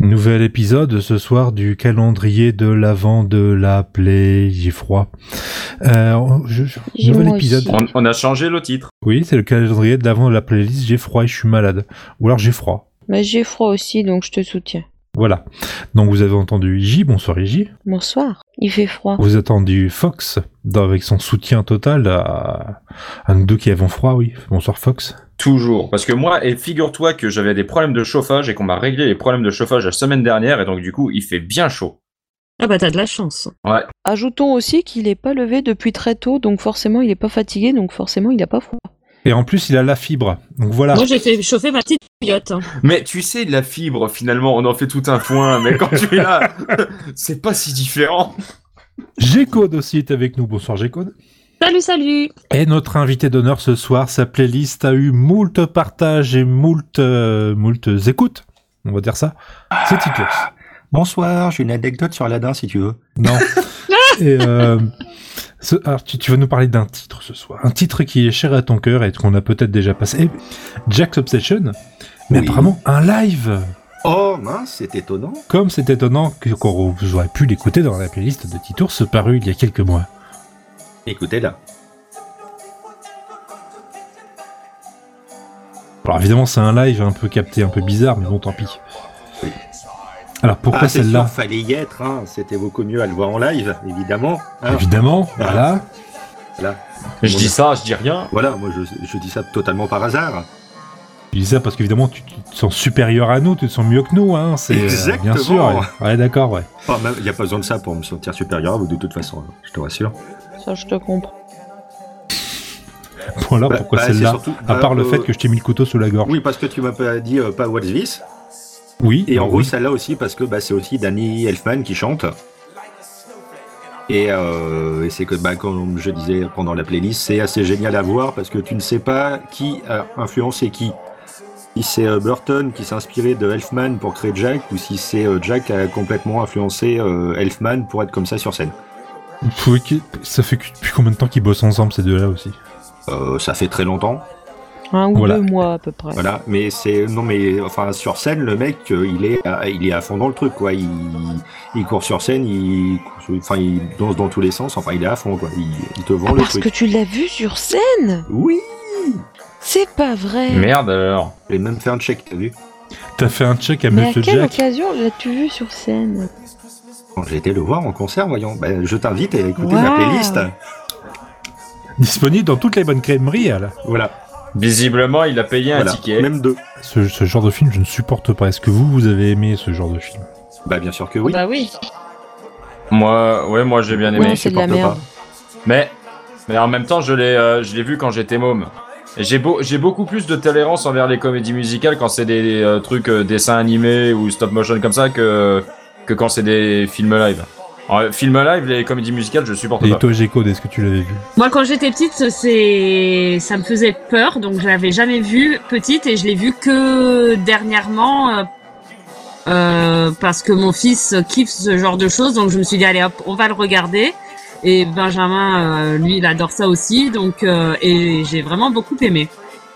Nouvel épisode ce soir du calendrier de l'avant de la plaie. J'ai froid. Euh, je- je- J'ai nouvel moi épisode. aussi. On, on a changé le titre. Oui, c'est le calendrier de l'avant de la playlist. J'ai froid et je suis malade. Ou alors j'ai froid. Mais j'ai froid aussi, donc je te soutiens. Voilà. Donc vous avez entendu Iji. Bonsoir Iji. Ah. Bonsoir. Il fait froid. Vous avez entendu Fox dans- avec son soutien total à, à nous deux qui avons froid. Oui. Bonsoir Fox. Toujours. Parce que moi, et figure-toi que j'avais des problèmes de chauffage et qu'on m'a réglé les problèmes de chauffage la semaine dernière et donc du coup, il fait bien chaud. Ah bah t'as de la chance. Ouais. Ajoutons aussi qu'il n'est pas levé depuis très tôt, donc forcément il n'est pas fatigué, donc forcément il n'a pas froid. Et en plus il a la fibre. Donc voilà. Moi j'ai fait chauffer ma petite hein. biote. Mais tu sais, la fibre, finalement, on en fait tout un foin, mais quand tu es là, c'est pas si différent. G-Code aussi est avec nous. Bonsoir G-Code. Salut, salut Et notre invité d'honneur ce soir, sa playlist a eu moult partages et moult, euh, moult écoutes. On va dire ça. C'est Titours. Bonsoir, j'ai une anecdote sur Aladdin si tu veux. Non. et, euh, ce- alors, tu, tu vas nous parler d'un titre ce soir. Un titre qui est cher à ton cœur et qu'on a peut-être déjà passé. Eh, Jack's Obsession. Mais Oui. apparemment, un live. Oh mince, c'est étonnant. Comme c'est étonnant que- qu'on aurait pu l'écouter dans la playlist de Titours paru il y a quelques mois. Écoutez là. Alors évidemment, c'est un live un peu capté, un peu bizarre, mais bon, tant pis. Oui. Alors pourquoi ah, c'est celle-là sûr, Fallait y être, hein. c'était beaucoup mieux à le voir en live, évidemment. hein. Ah, Évidemment, voilà. Voilà. Je dis ça, je dis rien. Voilà, moi je, je dis ça totalement par hasard. Tu dis ça parce qu'évidemment, tu, tu te sens supérieur à nous, tu te sens mieux que nous, hein. C'est euh, bien Exactement. sûr. Ouais, Ouais, d'accord, ouais. Il n'y Oh, a pas besoin de ça pour me sentir supérieur à vous de toute façon, hein, je te rassure. Ça, je te comprends. Bon alors, Bah, Ah, pourquoi bah, c'est celle-là surtout- À bah, part le euh, fait que je t'ai mis le couteau sous la gorge. Oui, parce que tu m'as pas dit euh, pas What's This. Oui. bah Et en oui. gros, celle-là aussi, parce que bah, c'est aussi Danny Elfman qui chante. Et, euh, et c'est que, bah, comme je disais pendant la playlist, c'est assez génial à voir parce que tu ne sais pas qui a influencé qui. Si c'est euh, Burton qui s'est inspiré de Elfman pour créer Jack, ou si c'est euh, Jack qui a complètement influencé euh, Elfman pour être comme ça sur scène. Faut que- Ça fait que- depuis combien de temps qu'ils bossent ensemble ces deux-là aussi Euh, ça fait très longtemps, Un ou Voilà. deux mois à peu près. voilà. Mais c'est non, mais enfin sur scène, le mec, euh, il est, à, il est à fond dans le truc, quoi. Il, il court sur scène, il, enfin, il danse dans tous les sens. Enfin, il est à fond, quoi. Il, il te vend Ah, le parce truc. que tu l'as vu sur scène Oui. C'est pas vrai euh, Merde alors. J'ai même fait un check, t'as vu T'as fait un check à Mais à Monsieur quelle Jack occasion l'as-tu vu sur scène Quand j'ai été le voir en concert, voyons. Ben, je t'invite à écouter Wow. ma playlist. Disponible dans toutes les bonnes crèmeries, là. Voilà. Visiblement, il a payé un voilà. ticket. Même deux. Ce, ce genre de film, je ne supporte pas. Est-ce que vous, vous avez aimé ce genre de film Bah bien sûr que oui. Bah oui. Moi, ouais, moi j'ai bien aimé. Ouais, c'est de la supporte merde. Mais, mais en même temps, je l'ai, euh, je l'ai vu quand j'étais môme. Et J'ai beau- j'ai beaucoup plus de tolérance envers les comédies musicales quand c'est des, euh, trucs euh, dessins animés ou stop motion comme ça que, que quand c'est des films live. En films live, les comédies musicales, je Ah supporte bah. Et pas. toi, G-Code, est-ce que tu l'avais vu Moi quand j'étais petite, c'est ça me faisait peur, donc je l'avais jamais vu petite et je l'ai vu que dernièrement euh, euh, parce que mon fils kiffe ce genre de choses, donc je me suis dit allez hop, on va le regarder. Et Benjamin, euh, lui, il adore ça aussi, donc euh, et j'ai vraiment beaucoup aimé.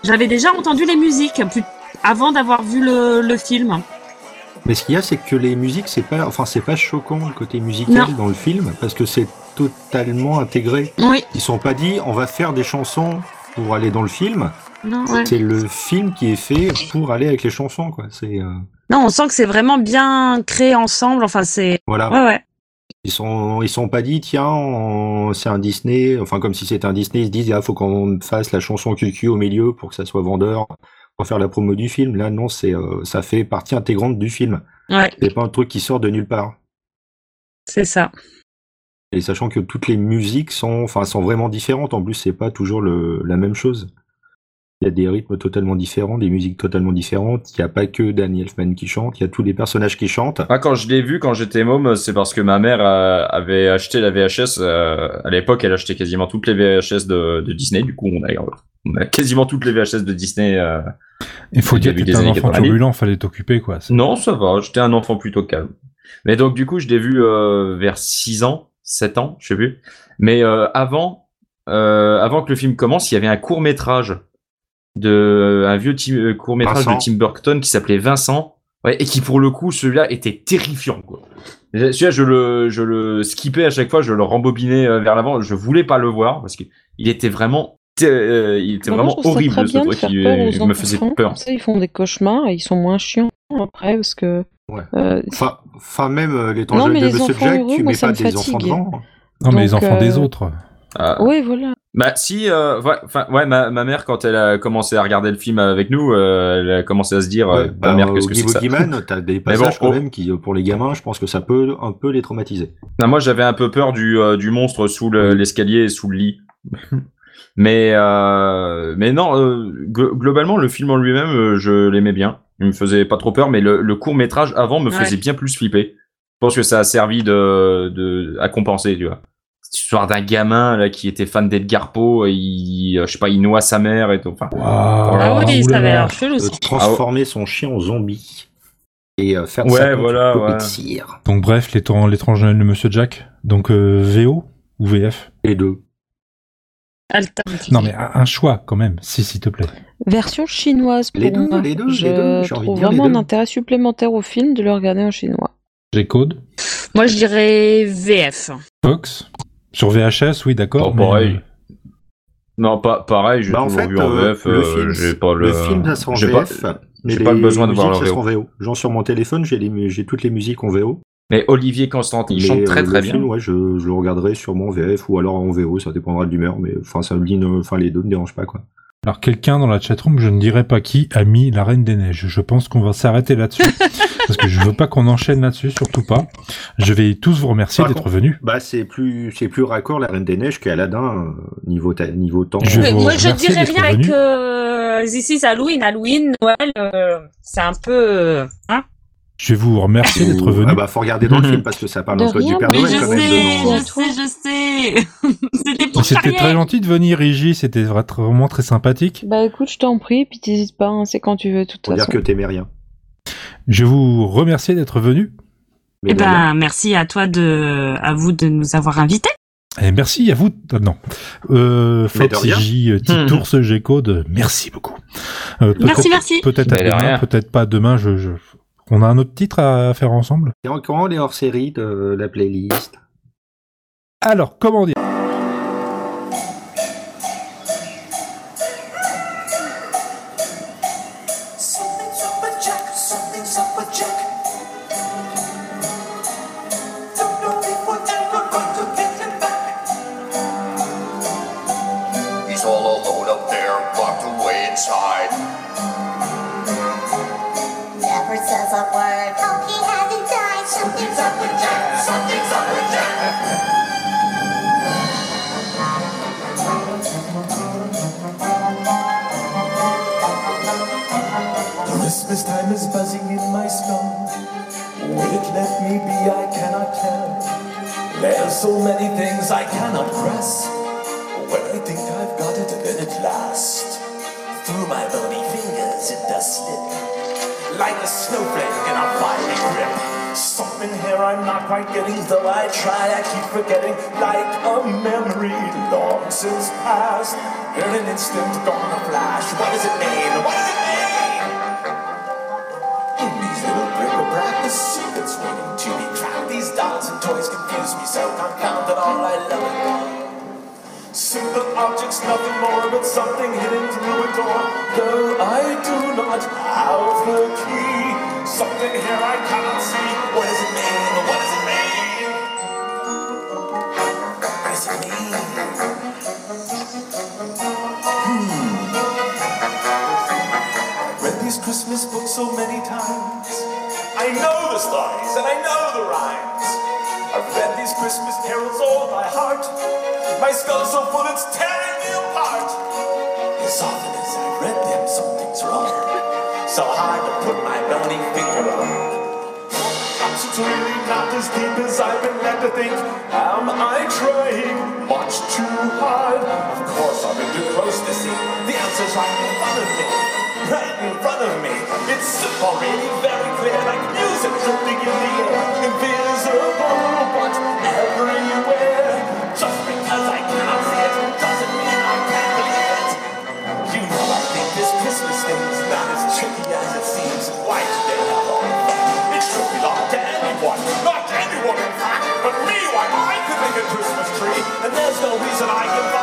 J'avais déjà entendu les musiques plus- avant d'avoir vu le, le film. Mais ce qu'il y a, c'est que les musiques, c'est pas, enfin, c'est pas choquant le côté musical dans le film parce que c'est totalement intégré. Oui, Ils sont pas dit, on va faire des chansons pour aller dans le film. non, ouais. C'est le film qui est fait pour aller avec les chansons, quoi. C'est euh, Non, on sent que c'est vraiment bien créé ensemble. Enfin, c'est. Ah. voilà. Ouais, ouais. Ils sont, ils sont pas dit, tiens, on- c'est un Disney. Enfin, comme si c'était un Disney, ils se disent, ah, faut qu'on fasse la chanson QQ au milieu pour que ça soit vendeur, pour faire la promo du film. Là, non, c'est, euh, ça fait partie intégrante du film. Ouais, C'est pas un truc qui sort de nulle part. c'est ça. Et sachant que toutes les musiques sont, enfin, sont vraiment différentes. En plus, c'est pas toujours le, la même chose. Il y a des rythmes totalement différents, des musiques totalement différentes. Il n'y a pas que Danny Elfman qui chante, il y a tous les personnages qui chantent. Ah, quand je l'ai vu quand j'étais môme, c'est parce que ma mère euh, avait acheté la VHS. euh, à l'époque, elle achetait quasiment toutes les VHS de, de Disney. Du coup, on a, on a quasiment toutes les VHS de Disney. euh. Il faut Au dire que début t'es des un années enfant 90. turbulent, fallait t'occuper, quoi. C'est- Non, ça va. J'étais un enfant plutôt calme. Mais donc, du coup, je l'ai vu euh, vers 6 ans, 7 ans, je sais plus. Mais euh, avant, euh, avant que le film commence, il y avait un court métrage de euh, un vieux court métrage de Vincent. Tim Burton qui s'appelait Vincent Ouais, et qui pour le coup, celui-là était terrifiant. quoi. Celui-là, je le, je le skippais à chaque fois, je le rembobinais euh, vers l'avant. Je voulais pas le voir parce qu'il était vraiment, ter- euh, il était Moi, vraiment je trouve ça horrible très ce bien de truc. faire Il, peur aux il me faisait enfants, peur. comme ça, ils font des cauchemars et ils sont moins chiants après parce que. Ouais. euh, Enfin, enfin, même euh, les Non, tangents mais de les Monsieur enfants Jack, heureux, tu moi, mets ça pas me des fatigue. enfants hein. devant. Non, mais les Donc, enfants des euh, autres. Ah. Ouais, voilà. Bah si, euh, ouais, enfin, ouais, ma, ma mère quand elle a commencé à regarder le film avec nous, euh, elle a commencé à se dire, euh, Ouais, bah, ma mère, au qu'est-ce que c'est que ça Boogeyman, t'as des passages bon, quand oh. même qui, euh, pour les gamins, je pense que ça peut un peu les traumatiser. Non, moi, j'avais un peu peur du, euh, du monstre sous le- l'escalier et sous le lit. mais, euh, mais non, euh, glo- globalement, le film en lui-même, euh, je l'aimais bien. Il me faisait pas trop peur, mais le, court métrage avant me Ouais. faisait bien plus flipper. Je pense que ça a servi de, de à compenser, tu vois. Cette histoire d'un gamin là qui était fan d'Edgar Poe, et il, euh, je sais pas, il noie sa mère et tout. Enfin, Waouh. Ah, oui, Ouh ça là avait là. l'air chelou. Euh, ça. transformer son chien en zombie et euh, faire Ouais, ça contre voilà, une poupée ouais. de cire. Donc bref, les torrents- l'étrange Noël de Monsieur Jack. Donc euh, VO ou VF Les deux. Alternative. Non mais un un choix quand même, si s'il te plaît. Version chinoise pour Les deux, moi. les deux, les je deux, j'ai envie de trouve dire les vraiment un deux. intérêt supplémentaire au film de le regarder en chinois. J'ai code. Moi, je dirais VF. Fox. Sur VHS, oui, d'accord. euh, Pas pareil. euh, non, pas pareil. J'ai Bah, en toujours fait, vu en euh, VF. le euh, film, j'ai pas le. Le film, ça sera en j'ai pas- VF. mais j'ai pas les besoin de voir musiques, le ça sera en VO. Genre sur mon téléphone, j'ai les mu- j'ai toutes les musiques en VO. Mais Olivier Constantin, il Mais, chante euh, très le très bien. film, ouais, je, je le regarderai sûrement en VF ou alors en VO, ça dépendra de l'humeur, mais enfin ça me dit, ne- enfin les deux ne me dérangent pas quoi. Alors quelqu'un dans la chatroom, je ne dirais pas qui, a mis la Reine des Neiges. Je pense qu'on va s'arrêter là-dessus. parce que je veux pas qu'on enchaîne là-dessus, surtout pas. Je vais tous vous remercier Par d'être contre- venus. Bah c'est plus c'est plus raccord la Reine des Neiges qu'Aladin euh, niveau ta- niveau temps. Je Euh, vous moi, je remercie dirais d'être rien avec venu. euh, This is Halloween. Halloween, Noël, euh, c'est un peu. euh, Hein Ah Je vais vous remercier d'être Ou- venus. Ah bah faut regarder dans le Mhm. film parce que ça parle De un peu du rien, Père mais Noël je quand même. sais, dedans. je- sais, je sais. C'était pour C'était charrier. très gentil de venir, Rigi. C'était vra- tr- vraiment très sympathique. Bah écoute, je t'en prie, puis t'hésites pas, hein, c'est quand tu veux, de toute Faut dire façon. que t'aimais rien. Je vous remercie d'être venus. Mais Eh de rien. ben, merci à toi de, à vous de nous avoir invités. Et merci à vous. Ah, Non. Euh, Mais de Fox, rien. J, euh, Titours, G-Code, merci beaucoup. Euh, peut-être- Hmm. Merci, merci. Peut-être à Mais de demain, rien. peut-être pas demain. Je, je- On a un autre titre à faire ensemble Et encore les hors-séries de la playlist. Alors, comment dire Something's up with Jack, something's up with Jack. Don't know people ever got to get him back. He's all alone up there, locked away inside. never says a word. Hope he hasn't died. Something's up with Jack. Something's up with Jack. Christmas time is buzzing in my skull. Will it let me be? I cannot tell. There's so many things I cannot grasp. When I think I've got it, then at last, through my bony fingers it does slip, like a snowflake in a violent grip. Something here I'm not quite getting, though I try, I keep forgetting, like a memory long since past. In an instant, gone a flash. What does it mean? What does it mean? In these little bric-a-brac, the secret's waiting to be trapped. These dolls and toys confuse me so confound that all I love and want. Single objects, nothing more, but something hidden through a door. Though I do not have the key, something here I cannot see. What does it mean? What does it mean? What does it mean? read these Christmas books so many times. I know the stories and I know the rhymes. I've read these Christmas carols all by heart. My skull's so full it's tearing me apart. As often as I read them, something's wrong. So hard to put my bony finger on. Perhaps it's really not as deep as I've been led to think. Am I trying much too hard? Of course I've been too close to see. The answer's right in front of me. Right in front of me. It's simple, really very clear, like music drifting in the air. Invisible, but everywhere. Just because I cannot see it doesn't mean I can't believe it. You know I think this Christmas thing's not as tricky as it seems. Why do they have all the no reason I give up.